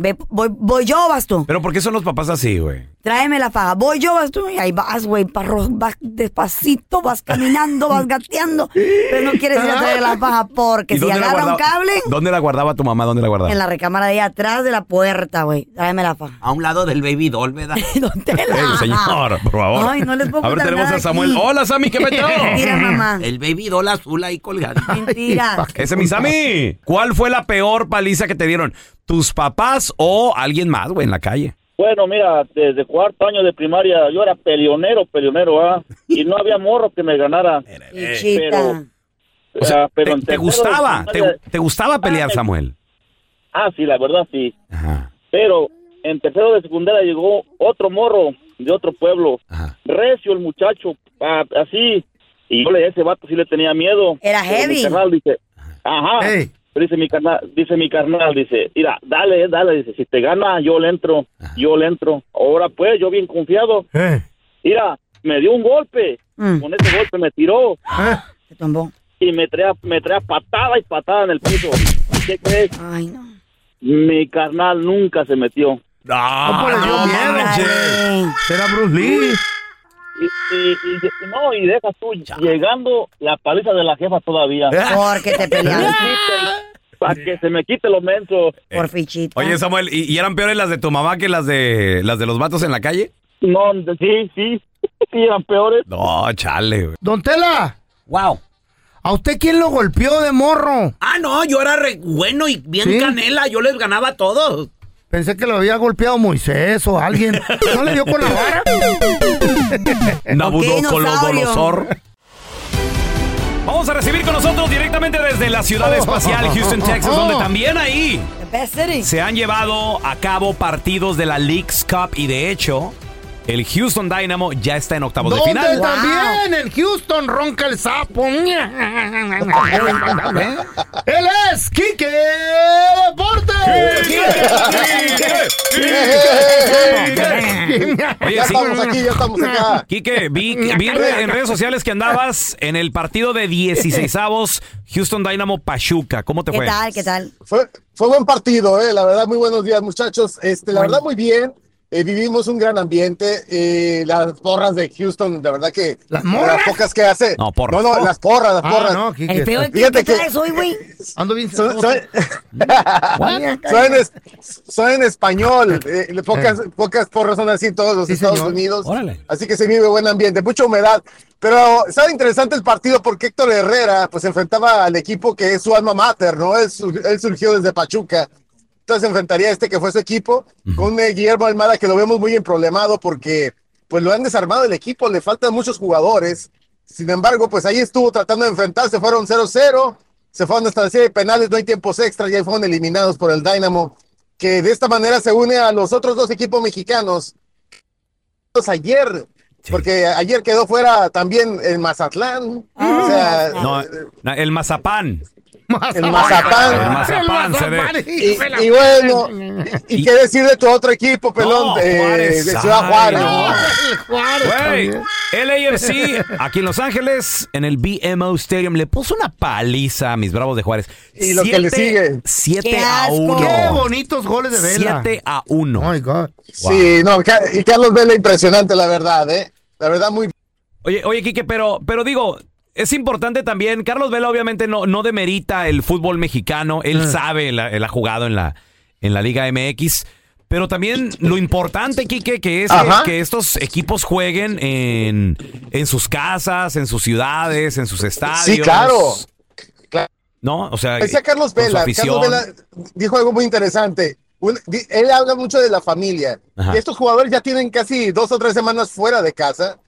Speaker 3: Ve, voy, voy yo o vas tú.
Speaker 4: Pero ¿por qué son los papás así, güey?
Speaker 3: Tráeme la faja. Voy yo, vas tú. Y ahí vas, güey. parro- Vas despacito, vas caminando,
Speaker 4: [LAUGHS]
Speaker 3: vas gateando. Pero no quieres ir a traer la faja
Speaker 4: ¿Y
Speaker 3: porque si
Speaker 4: dónde la
Speaker 3: agarra un
Speaker 4: guardaba-
Speaker 3: cable,
Speaker 4: ¿Dónde la guardaba tu mamá? ¿Dónde la guardaba?
Speaker 3: en la recámara de ahí atrás de la puerta, güey. Tráeme la faja.
Speaker 6: A un lado del baby doll,
Speaker 3: [LAUGHS]
Speaker 6: ¿verdad?
Speaker 3: Don Tela.
Speaker 4: Eh, señor, por favor.
Speaker 3: Ay, no les puedo
Speaker 4: A ver,
Speaker 3: contar
Speaker 4: tenemos
Speaker 3: nada
Speaker 4: a Samuel.
Speaker 3: [LAUGHS] aquí.
Speaker 4: Hola, Sammy, ¿qué metió?
Speaker 3: Mentira, mamá.
Speaker 6: El baby doll azul ahí colgado.
Speaker 3: [LAUGHS]
Speaker 4: [LAUGHS]
Speaker 3: Mentira.
Speaker 4: Ese es mi Sammy. ¿Cuál fue la peor paliza que te dieron? ¿Tus papás o alguien más, güey, en la calle?
Speaker 9: Bueno, mira, desde cuarto año de primaria yo era peleonero,
Speaker 4: [LAUGHS]
Speaker 9: peleonero, ¿ah? Y no había morro que me ganara.
Speaker 3: Chichita.
Speaker 9: Pero-
Speaker 4: O sea,
Speaker 9: Ah,
Speaker 4: ¿te,
Speaker 9: pero en
Speaker 4: te
Speaker 9: tercero de
Speaker 4: gustaba? ¿Te,
Speaker 9: primaria-
Speaker 4: te gustaba pelear,
Speaker 9: Ah,
Speaker 4: Samuel?
Speaker 9: Ah, sí, la verdad sí.
Speaker 4: Ajá,
Speaker 9: Pero en tercero de secundaria llegó otro morro de otro pueblo.
Speaker 4: ajá.
Speaker 9: Recio el muchacho, ah, así. Y yo le a ese vato sí le tenía miedo.
Speaker 3: Era
Speaker 9: Pero
Speaker 3: heavy.
Speaker 9: Mi carnal dice, ajá.
Speaker 2: Ey.
Speaker 9: Pero dice mi carnal, dice mi carnal, dice, mira, dale, eh, dale, dice, si te gana yo le entro, yo le entro. Ahora pues, yo bien confiado.
Speaker 2: Eh,
Speaker 9: Mira, me dio un golpe.
Speaker 3: Mm.
Speaker 9: Con ese golpe me tiró.
Speaker 2: eh.
Speaker 3: Se tumbó.
Speaker 9: y me traía, me traía patada y patada en el piso. ¿Qué crees?
Speaker 3: Ay, no.
Speaker 9: Mi carnal nunca se metió.
Speaker 4: Ah,
Speaker 2: pues, le dio miedo,
Speaker 4: manches.
Speaker 3: Ay,
Speaker 2: Será Bruce Lee.
Speaker 9: Y, y- y- no, y deja tú, llegando la paliza de la jefa todavía.
Speaker 3: Porque te
Speaker 4: [LAUGHS]
Speaker 3: peleaste
Speaker 9: Para que se me quite los mensos.
Speaker 3: por fichita.
Speaker 4: Eh, Oye, Samuel, ¿y, y eran peores las de tu mamá que las de las de los vatos en la calle?
Speaker 9: No, de- sí, sí. Sí, eran peores.
Speaker 4: No, chale, güey.
Speaker 2: Don Tela,
Speaker 6: Wow.
Speaker 2: ¿a usted quién lo golpeó de morro?
Speaker 6: Ah, no, yo era re bueno y bien
Speaker 2: ¿Sí?
Speaker 6: canela, yo les ganaba a todos.
Speaker 2: Pensé que lo había golpeado Moisés o alguien. ¿No le dio con la vara?
Speaker 4: Nabucodolonosor. Vamos a recibir con nosotros directamente desde la ciudad espacial Houston, Texas, donde también ahí
Speaker 3: The best city.
Speaker 4: se han llevado a cabo partidos de la Leagues Cup y de hecho el Houston Dynamo ya está en octavos de
Speaker 2: ¿Dónde
Speaker 4: final.
Speaker 2: también? En Houston ronca el sapo. Él es Quique Deportes.
Speaker 4: Oye,
Speaker 10: ya
Speaker 4: sí.
Speaker 10: estamos aquí, ya estamos
Speaker 2: Ah,
Speaker 10: acá.
Speaker 4: [LAUGHS] Quique, vi, vi en re- en redes sociales que andabas en el partido de 16 avos Houston Dynamo Pachuca. ¿Cómo te
Speaker 3: ¿Qué
Speaker 4: fue?
Speaker 3: tal? ¿Qué tal?
Speaker 10: Fue, fue buen partido, eh, la verdad, muy buenos días, muchachos. Este, la verdad, muy bien. Eh, vivimos un gran ambiente. Eh, las porras de Houston, la verdad que.
Speaker 2: ¿Las morras?
Speaker 10: pocas que hace.
Speaker 4: No, porras.
Speaker 10: No, no, las porras, las
Speaker 2: Ah,
Speaker 10: porras.
Speaker 2: no,
Speaker 3: El feo
Speaker 2: Quique.
Speaker 10: Fíjate
Speaker 3: que
Speaker 10: que-
Speaker 3: traes hoy, güey.
Speaker 2: Ando bien
Speaker 10: Son,
Speaker 2: celoso.
Speaker 10: son- son en, es- son en español. eh, le- pocas, pocas porras son así en todos los
Speaker 2: Sí,
Speaker 10: Estados
Speaker 2: señor.
Speaker 10: Unidos.
Speaker 4: Órale.
Speaker 10: Así que se vive buen ambiente, mucha humedad. Pero estaba interesante el partido porque Héctor Herrera pues enfrentaba al equipo que es su alma mater, ¿no? Él, sur- él surgió desde Pachuca. Entonces enfrentaría a este que fue su equipo con eh, Guillermo Almada que lo vemos muy problemado porque pues lo han desarmado el equipo, le faltan muchos jugadores. Sin embargo, pues ahí estuvo tratando de enfrentarse, fueron 0-0, se fueron hasta la serie de penales, no hay tiempos extra, ya fueron eliminados por el Dynamo, que de esta manera se une a los otros dos equipos mexicanos. Ayer, porque ayer quedó fuera también el Mazatlán,
Speaker 3: Ah,
Speaker 10: o sea,
Speaker 4: Ah, No, no, el Mazapán.
Speaker 10: Ah, el Mazapán.
Speaker 4: El Mazapán se ve.
Speaker 10: Y, y bueno, y, y qué decir de tu otro equipo, pelón,
Speaker 4: No,
Speaker 10: de-
Speaker 4: Juárez.
Speaker 10: eh, de Ciudad Juárez. Ah,
Speaker 4: Ay, Güey,
Speaker 2: también.
Speaker 4: LAFC, aquí en Los Ángeles, en el BMO Stadium, le puso una paliza a mis bravos de Juárez.
Speaker 10: Y lo que le sigue.
Speaker 4: 7
Speaker 3: Qué
Speaker 4: a
Speaker 3: asco.
Speaker 4: 1.
Speaker 2: Qué bonitos goles de vela.
Speaker 4: 7 a 1.
Speaker 2: Oh my God.
Speaker 10: Sí, no, Ca- y Carlos Vela impresionante, la verdad, ¿eh? La verdad, muy
Speaker 4: Oye, oye, Quique, pero, pero digo, es importante también. Carlos Vela, obviamente, no, no demerita el fútbol mexicano. Él
Speaker 10: Ah.
Speaker 4: sabe, la- él ha jugado en la, en la Liga MX. Pero también lo importante, Quique, que es que,
Speaker 10: Ajá.
Speaker 4: que estos equipos jueguen en, en sus casas, en sus ciudades, en sus estadios.
Speaker 10: claro. Claro.
Speaker 4: ¿No? O sea,
Speaker 10: Decía Carlos
Speaker 4: con su
Speaker 10: Vela,
Speaker 4: afición.
Speaker 10: Carlos Vela dijo algo muy interesante. Un- di- él habla mucho de la familia.
Speaker 4: Ajá.
Speaker 10: Estos jugadores ya tienen casi dos o tres semanas fuera de casa.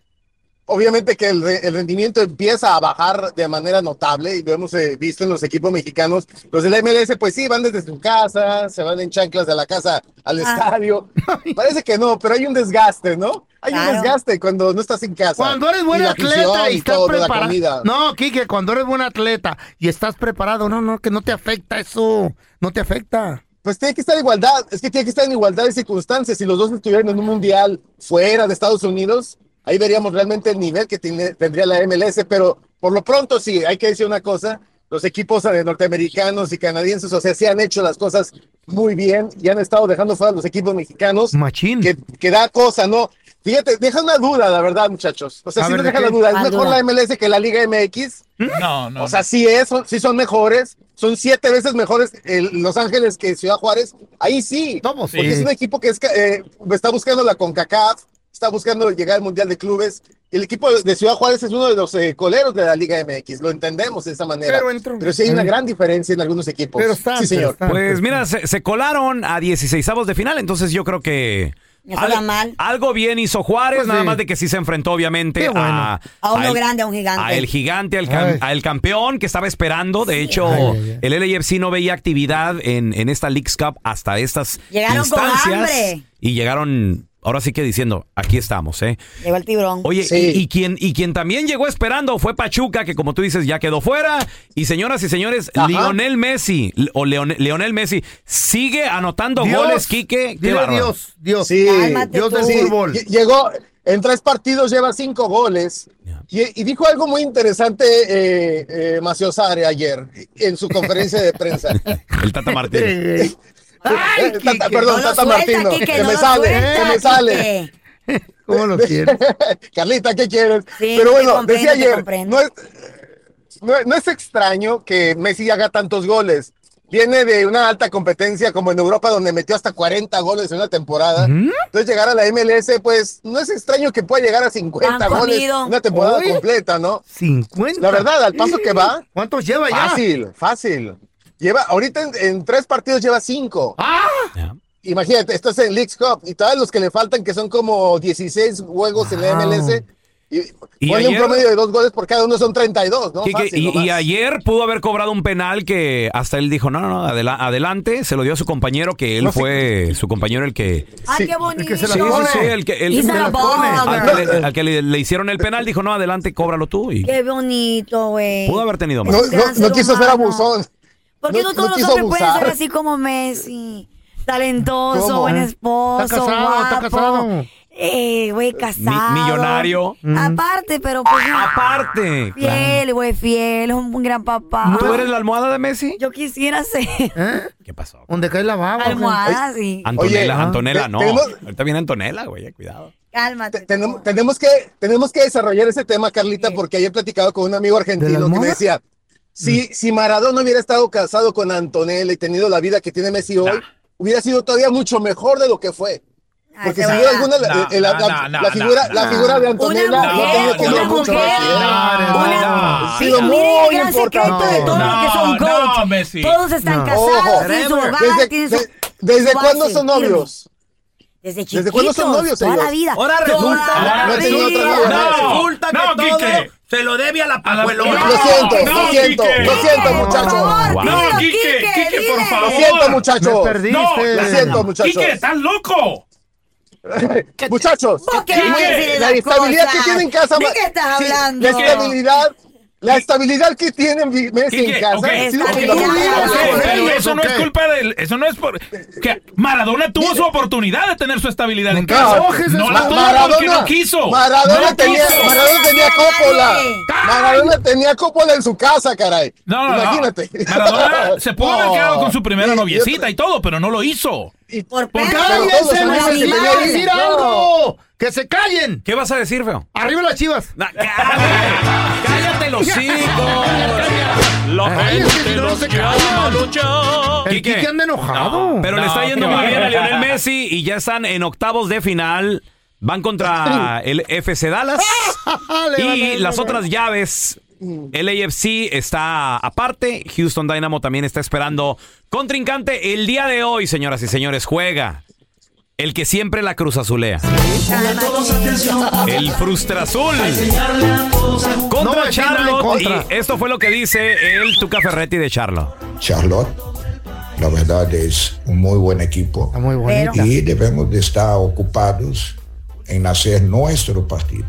Speaker 10: Obviamente que el, re- el rendimiento empieza a bajar de manera notable y lo hemos eh, visto en los equipos mexicanos. Los del MLS, pues sí, van desde su casa, se van en chanclas de la casa
Speaker 2: Ah. [LAUGHS]
Speaker 10: al estadio. Parece que no, pero hay un desgaste, ¿no? Hay
Speaker 3: Claro.
Speaker 10: un desgaste cuando no estás en casa.
Speaker 2: Cuando eres buen
Speaker 10: Y la
Speaker 2: atleta
Speaker 10: afición
Speaker 2: y estás
Speaker 10: todo, de la comida.
Speaker 2: preparado. No, Quique, cuando eres buen atleta y estás preparado, no, no, que no te afecta eso. No te afecta.
Speaker 10: Pues tiene que estar en igualdad, es que tiene que estar en igualdad de circunstancias. Si los dos estuvieran en un mundial fuera de Estados Unidos, ahí veríamos realmente el nivel que tiene- tendría la MLS. Pero por lo pronto, sí, hay que decir una cosa: los equipos eh, norteamericanos y canadienses, o sea, sí han hecho las cosas muy bien y han estado dejando fuera a los equipos mexicanos,
Speaker 2: Machín.
Speaker 10: que, que da cosa, ¿no? Fíjate, deja una duda, la verdad, muchachos. O sea,
Speaker 2: A
Speaker 10: sí
Speaker 2: ver,
Speaker 10: nos
Speaker 2: ¿de
Speaker 10: deja
Speaker 2: qué?
Speaker 10: la duda. ¿Es
Speaker 3: Ah,
Speaker 10: mejor
Speaker 3: duda.
Speaker 10: la MLS que la Liga MX?
Speaker 7: No, no.
Speaker 10: O sea, sí es, son- sí son mejores, son siete veces mejores el Los Ángeles que Ciudad Juárez. Ahí sí,
Speaker 2: ¿Cómo sí?
Speaker 10: porque es un equipo que es, ca- eh, está buscando la CONCACAF, está buscando llegar al Mundial de Clubes. El equipo de Ciudad Juárez es uno de los eh, coleros de la Liga MX, lo entendemos de esa manera.
Speaker 2: Pero
Speaker 10: Pero,
Speaker 2: entró- Eh.
Speaker 10: sí hay una gran diferencia en algunos equipos.
Speaker 2: Pero está.
Speaker 10: sí, señor.
Speaker 2: está.
Speaker 4: Pues mira, se, se colaron a 16 avos de final, entonces yo creo que.
Speaker 3: No está tan mal.
Speaker 4: Algo bien hizo Juárez,
Speaker 2: Pues
Speaker 4: nada
Speaker 2: sí.
Speaker 4: más de que sí se enfrentó, obviamente,
Speaker 2: Qué bueno.
Speaker 4: a,
Speaker 3: A uno
Speaker 4: el-
Speaker 3: grande, a un gigante.
Speaker 4: A el gigante, al, cam-
Speaker 2: Ay.
Speaker 4: al campeón que estaba esperando. De hecho,
Speaker 2: Ay, ay, ay.
Speaker 4: el LAFC no veía actividad en, en esta Leagues Cup hasta estas
Speaker 3: Llegaron con
Speaker 4: instancias.
Speaker 3: hambre.
Speaker 4: y llegaron, ahora sí que diciendo, aquí estamos, ¿eh?
Speaker 3: Llegó el tiburón.
Speaker 4: Oye,
Speaker 10: Sí.
Speaker 4: y, y quien, y quien también llegó esperando fue Pachuca, que como tú dices, ya quedó fuera. Y señoras y señores,
Speaker 10: Ajá.
Speaker 4: Lionel Messi, l- o Leone- Lionel Messi, sigue anotando
Speaker 2: Dios,
Speaker 4: goles, Quique. Qué
Speaker 2: dile
Speaker 4: bárbaro.
Speaker 2: Dios, Dios.
Speaker 10: Sí.
Speaker 3: Cálmate
Speaker 2: Dios del
Speaker 3: tú.
Speaker 10: Sí,
Speaker 2: fútbol.
Speaker 10: lle- Llegó, en tres partidos lleva cinco goles. Y, y dijo algo muy interesante eh, eh, Maceo Sare ayer en su conferencia de prensa.
Speaker 4: [LAUGHS] El Tata Martínez.
Speaker 2: Eh,
Speaker 10: Eh, Tata-
Speaker 2: Quique,
Speaker 10: perdón,
Speaker 3: no lo
Speaker 10: Tata
Speaker 3: suelta,
Speaker 10: Martino.
Speaker 3: Quique,
Speaker 10: se
Speaker 3: no
Speaker 10: me
Speaker 3: lo
Speaker 10: sale,
Speaker 3: suelta,
Speaker 10: se me sale.
Speaker 3: Quique.
Speaker 2: ¿Cómo lo quieres?
Speaker 10: [LAUGHS] Carlita, ¿qué quieres?
Speaker 3: Sí, te
Speaker 10: Pero bueno,
Speaker 3: comprendo,
Speaker 10: decía
Speaker 3: te
Speaker 10: ayer,
Speaker 3: comprendo.
Speaker 10: no es, no, no es extraño que Messi haga tantos goles. Viene de una alta competencia como en Europa, donde metió hasta 40 goles en una temporada.
Speaker 3: ¿Mm?
Speaker 10: Entonces, llegar a la MLS, pues no es extraño que pueda llegar a 50
Speaker 3: Pan
Speaker 10: goles en
Speaker 3: comido.
Speaker 10: una temporada
Speaker 2: Uy.
Speaker 10: completa, ¿no?
Speaker 2: 50.
Speaker 10: La verdad, al paso [LAUGHS] que va,
Speaker 2: ¿Cuántos lleva ya?
Speaker 10: fácil, fácil. Lleva, ahorita en, en tres partidos lleva cinco.
Speaker 2: ¡Ah!
Speaker 10: imagínate, estás en Leagues Cup y todos los que le faltan, que son como 16 juegos en la
Speaker 4: Wow.
Speaker 10: MLS, y,
Speaker 4: Y
Speaker 10: ponle
Speaker 4: ayer-
Speaker 10: un promedio de dos goles por cada uno, son 32, ¿no?
Speaker 4: Quique,
Speaker 10: Fácil,
Speaker 4: y,
Speaker 10: nomás.
Speaker 4: y ayer pudo haber cobrado un penal que hasta él dijo, no, no, no, adela- adelante, se lo dio a su compañero, que él fue su compañero el que...
Speaker 3: ¡Ay, Ah, qué bonito!
Speaker 4: Sí, sí, sí, el que, el-
Speaker 3: Y se la pone.
Speaker 4: al que le, al que le- le hicieron el penal, dijo, no, adelante, cóbralo tú. Y
Speaker 3: ¡Qué bonito, güey!
Speaker 4: pudo haber tenido más.
Speaker 10: No, no, no quiso ser abusón.
Speaker 3: ¿Por qué no,
Speaker 10: No-
Speaker 3: todos los
Speaker 10: no quiso
Speaker 3: hombres pueden
Speaker 10: abusar.
Speaker 3: ser así como Messi? Talentoso,
Speaker 10: ¿Cómo?
Speaker 3: buen
Speaker 10: ¿Eh?
Speaker 3: esposo,
Speaker 2: Está casado,
Speaker 3: guapo.
Speaker 2: está casado.
Speaker 3: Eh, güey, casado.
Speaker 4: millonario. Ah, Mm.
Speaker 3: Aparte, pero pues,
Speaker 4: Aparte.
Speaker 3: Fiel, güey, fiel, un, un gran papá.
Speaker 4: ¿Tú eres la almohada de Messi?
Speaker 3: Yo quisiera ser
Speaker 4: ¿Qué pasó?
Speaker 2: ¿Dónde cae la
Speaker 10: Ah,
Speaker 2: baba? güey?
Speaker 3: almohada, sí.
Speaker 4: Antonella,
Speaker 10: Oye,
Speaker 4: Antonella,
Speaker 10: te-
Speaker 4: no.
Speaker 10: tenemos-
Speaker 4: Ahorita viene Antonella, güey, ya, cuidado.
Speaker 3: Cálmate.
Speaker 10: Tenemos, tenemos que, tenemos que desarrollar ese tema, Carlita, porque ayer he platicado con un amigo
Speaker 2: ¿De la
Speaker 10: argentino que
Speaker 2: almohada?
Speaker 10: me decía, si,
Speaker 4: Mm.
Speaker 10: si Maradona hubiera estado casado con Antonella y tenido la vida que tiene Messi hoy, hubiera sido todavía mucho mejor de lo que fue.
Speaker 3: Ay,
Speaker 10: Porque
Speaker 3: se
Speaker 10: si
Speaker 3: va.
Speaker 10: vio alguna, la-
Speaker 7: No,
Speaker 10: eh, la,
Speaker 7: no,
Speaker 10: la-
Speaker 7: no,
Speaker 10: la
Speaker 7: no,
Speaker 10: figura,
Speaker 7: no,
Speaker 10: la figura de
Speaker 3: Una
Speaker 10: Antonella,
Speaker 3: mujer,
Speaker 10: no,
Speaker 3: una
Speaker 10: no, mucho
Speaker 3: mujer.
Speaker 10: más, ¿eh?
Speaker 3: una-
Speaker 7: No, no,
Speaker 3: Mira,
Speaker 10: no.
Speaker 3: mire el gran
Speaker 10: Muy
Speaker 3: secreto de
Speaker 10: importante.
Speaker 3: todos los que son
Speaker 7: No,
Speaker 3: coach.
Speaker 7: no, Messi.
Speaker 3: Todos están
Speaker 2: No.
Speaker 3: casados, tienen su
Speaker 6: Ojo,
Speaker 3: hogar,
Speaker 10: ¿Desde,
Speaker 3: tienen su...
Speaker 10: de- desde
Speaker 3: Yo voy a
Speaker 10: cuándo son
Speaker 3: sentirme.
Speaker 10: novios?
Speaker 3: Desde chiquitos.
Speaker 10: ¿Desde cuándo son novios
Speaker 3: Toda
Speaker 10: ellos?
Speaker 3: la vida.
Speaker 6: Ahora
Speaker 3: Toda
Speaker 6: resulta-
Speaker 3: la
Speaker 10: ahora resulta otra
Speaker 3: vida.
Speaker 10: novia.
Speaker 7: No,
Speaker 6: Resulta
Speaker 7: no,
Speaker 6: que todo
Speaker 7: Quique.
Speaker 6: se lo debe a la pajuelona.
Speaker 10: Lo siento,
Speaker 7: No,
Speaker 10: lo siento,
Speaker 7: Quique.
Speaker 10: lo siento,
Speaker 3: Por favor,
Speaker 10: muchacho.
Speaker 4: Wow.
Speaker 7: No,
Speaker 3: dilo,
Speaker 7: Quique, Quique,
Speaker 3: dile.
Speaker 7: por
Speaker 10: Lo
Speaker 7: favor.
Speaker 10: siento,
Speaker 2: Me
Speaker 10: muchacho.
Speaker 2: perdiste.
Speaker 7: No,
Speaker 10: Lo siento, muchachos.
Speaker 7: Quique, estás loco.
Speaker 10: Muchachos,
Speaker 3: ¿Por qué
Speaker 10: sí,
Speaker 3: vas a decir
Speaker 10: la
Speaker 3: esas
Speaker 10: estabilidad
Speaker 3: cosas?
Speaker 10: que tiene en casa.
Speaker 3: ¿De
Speaker 10: ma-
Speaker 3: qué estás
Speaker 10: sí,
Speaker 3: hablando?
Speaker 10: La estabilidad, la estabilidad que tiene mi- Messi
Speaker 7: Quique,
Speaker 10: en casa.
Speaker 7: ok.
Speaker 10: ha sido
Speaker 3: Estabilidad.
Speaker 10: fundamental.
Speaker 7: Ok,
Speaker 2: pero
Speaker 7: pero
Speaker 2: eso
Speaker 7: eso no
Speaker 2: qué.
Speaker 7: es culpa del. Eso no es por. que Maradona tuvo su oportunidad de tener su estabilidad en
Speaker 2: encanta.
Speaker 7: casa.
Speaker 2: Ojes,
Speaker 7: No
Speaker 2: es
Speaker 7: la tuvo
Speaker 10: Ma-
Speaker 7: porque
Speaker 10: Maradona,
Speaker 7: no quiso.
Speaker 10: Maradona
Speaker 7: No
Speaker 10: tenía,
Speaker 7: quiso.
Speaker 10: Maradona tenía Coppola.
Speaker 3: Ay.
Speaker 10: Maradona tenía Coppola en su casa, caray.
Speaker 7: No, no, no.
Speaker 10: Imagínate. [LAUGHS]
Speaker 7: Maradona se pudo haber
Speaker 10: No.
Speaker 7: quedado con su primera
Speaker 10: Y- y
Speaker 7: noviecita
Speaker 10: otra-
Speaker 7: y todo, pero no lo hizo.
Speaker 10: y-
Speaker 3: Por
Speaker 10: Pero
Speaker 3: perro.
Speaker 10: todos
Speaker 2: ¡Cállense,
Speaker 10: los
Speaker 2: güey!
Speaker 10: años
Speaker 2: ¡Se
Speaker 10: que
Speaker 2: me
Speaker 10: tenía
Speaker 2: va a
Speaker 10: ahí.
Speaker 2: decir
Speaker 10: No.
Speaker 2: algo! ¡Que se callen!
Speaker 4: ¿Qué vas a decir, feo?
Speaker 2: ¡Arriba las chivas!
Speaker 4: Na- [LAUGHS] ¡Cállate los
Speaker 2: Ay, es que si no, no se callan! El Quique anda enojado. [LAUGHS]
Speaker 4: Pero le está yendo
Speaker 7: qué
Speaker 4: muy
Speaker 7: va.
Speaker 4: bien a Lionel Messi y ya están en octavos de final. Van contra el FC Dallas.
Speaker 2: Le van a
Speaker 4: Y
Speaker 2: dar-
Speaker 4: las otras llaves. El AFC está aparte. Houston Dynamo también está esperando contrincante. El día de hoy, señoras y señores, juega el que siempre la cruz azulea. El frustrazul.
Speaker 2: No va a
Speaker 4: Contra
Speaker 2: decir nada en
Speaker 4: Charlotte.
Speaker 2: contra.
Speaker 4: Y esto fue lo que dice el Tuca Ferretti de Charlotte.
Speaker 11: Charlotte, la verdad es un muy buen equipo
Speaker 2: Está muy
Speaker 3: Pero-
Speaker 2: bonita.
Speaker 11: y debemos de estar ocupados en hacer nuestro partido,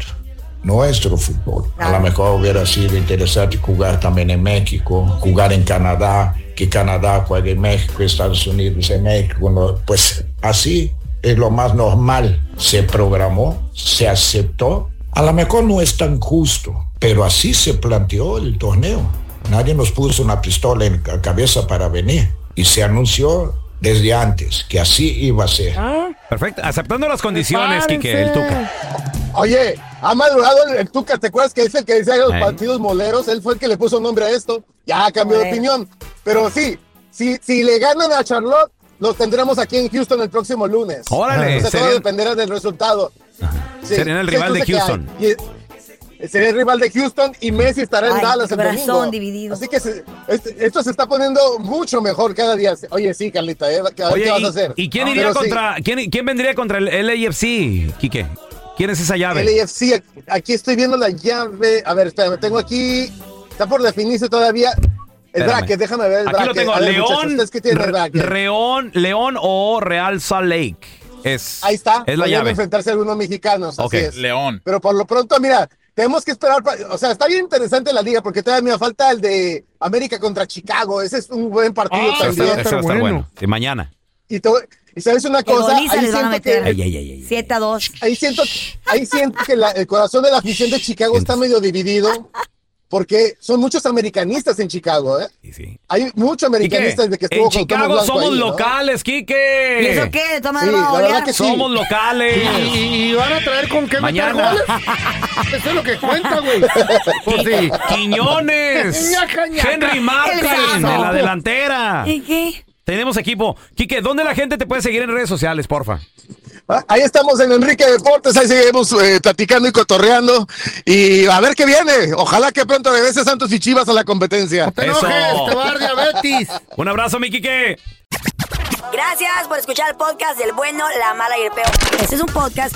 Speaker 11: nuestro fútbol. A lo mejor hubiera sido interesante jugar también en México, jugar en Canadá, que Canadá juegue en México, Estados Unidos en México. no, pues así es lo más normal. Se programó, se aceptó. A lo mejor no es tan justo, pero así se planteó el torneo. Nadie nos puso una pistola en la cabeza para venir. Y se anunció desde antes que así iba a ser.
Speaker 4: Perfecto. Aceptando las condiciones, Quique, el Tuca.
Speaker 10: Oye, ha madurado el, el Tuca, ¿te acuerdas que es el que decía los
Speaker 4: Ey.
Speaker 10: partidos moleros? Él fue el que le puso nombre a esto. Ya cambió de
Speaker 3: Molero.
Speaker 10: opinión. Pero sí, si, si le ganan a Charlotte, los tendremos aquí en Houston el próximo lunes. Pues
Speaker 4: Órale,
Speaker 10: O sea, todo
Speaker 4: serían-
Speaker 10: dependerá del resultado. Sí,
Speaker 4: Serían el
Speaker 10: sí,
Speaker 4: rival de
Speaker 10: cruce que
Speaker 4: Houston.
Speaker 10: hay. Y- Sería el rival de Houston y Messi estará en
Speaker 3: Ay,
Speaker 10: Dallas el
Speaker 3: corazón
Speaker 10: domingo.
Speaker 3: dividido.
Speaker 10: Así que se- este- esto se está poniendo mucho mejor cada día. Oye, sí, Carlita, ¿eh? ¿Qué,
Speaker 4: Oye,
Speaker 10: qué vas
Speaker 4: y-
Speaker 10: a hacer? Ah,
Speaker 4: ¿y, quién
Speaker 10: Pero
Speaker 4: iría
Speaker 10: sí.
Speaker 4: contra, quién, quién vendría contra el LAFC, Quique? ¿Quién es esa llave?
Speaker 10: LAFC, aquí estoy viendo la llave. A ver, espérame, tengo aquí. Está por definirse todavía. El
Speaker 4: Espérame.
Speaker 10: bracket, déjame ver el
Speaker 4: Aquí lo
Speaker 10: bracket.
Speaker 4: tengo.
Speaker 10: A ver, muchachos,
Speaker 4: León,
Speaker 10: ¿ustedes qué tienen el
Speaker 4: Re-
Speaker 10: bracket?
Speaker 4: León, León o Real Salt Lake. Es,
Speaker 10: Ahí está.
Speaker 4: Es la
Speaker 10: Podrían
Speaker 4: llave.
Speaker 10: enfrentarse a algunos mexicanos.
Speaker 4: Ok,
Speaker 10: Así es.
Speaker 7: León.
Speaker 10: Pero por lo pronto, mira, tenemos que esperar. pa- O sea, está bien interesante la liga porque todavía me falta el de América contra Chicago. Ese es un buen partido
Speaker 2: Ah,
Speaker 4: Ese va a estar-
Speaker 10: también.
Speaker 2: está
Speaker 4: ese va a estar
Speaker 2: bueno.
Speaker 4: bueno. Sí, mañana.
Speaker 10: Y, te- y sabes una
Speaker 3: Que
Speaker 10: cosa, ahí
Speaker 3: goliza les van a
Speaker 10: siento
Speaker 3: meter.
Speaker 10: que,
Speaker 4: Ey, ey, ey, ey.
Speaker 3: 7 a 2.
Speaker 10: ahí siento, ahí siento que la- el corazón de la afición de Chicago está medio dividido porque son muchos americanistas en Chicago, ¿eh?
Speaker 4: Sí, sí.
Speaker 10: Hay muchos americanistas de que estuvo
Speaker 4: en
Speaker 10: Cuauhtémoc
Speaker 4: Chicago
Speaker 10: Blanco
Speaker 4: somos
Speaker 10: ahí, ¿no?
Speaker 4: locales, Quique.
Speaker 3: ¿Y eso qué? De todas maneras
Speaker 10: Sí,
Speaker 3: va a
Speaker 10: la verdad
Speaker 3: golear.
Speaker 10: que sí.
Speaker 4: Somos locales.
Speaker 2: ¿Y, y van a traer con qué meter
Speaker 4: Mañana.
Speaker 2: goles? Eso es lo que cuenta, güey. Pues sí.
Speaker 4: Quiñones.
Speaker 2: Ñaca, ñaca.
Speaker 4: Henry Martin en
Speaker 3: El
Speaker 4: la
Speaker 3: sapo.
Speaker 4: delantera.
Speaker 3: ¿Y qué?
Speaker 4: Tenemos equipo. Quique, ¿dónde la gente te puede seguir en redes sociales, porfa?
Speaker 10: Ah, Ahí estamos en Enrique Deportes, ahí seguimos eh, platicando y cotorreando y a ver qué viene. Ojalá que pronto regrese Santos y Chivas a la competencia.
Speaker 2: ¡Te
Speaker 4: Eso.
Speaker 2: enojes! ¡Te va a dar diabetes!
Speaker 4: Un abrazo, mi Quique.
Speaker 3: Gracias por escuchar el podcast del bueno, la mala y el peo. Este es un podcast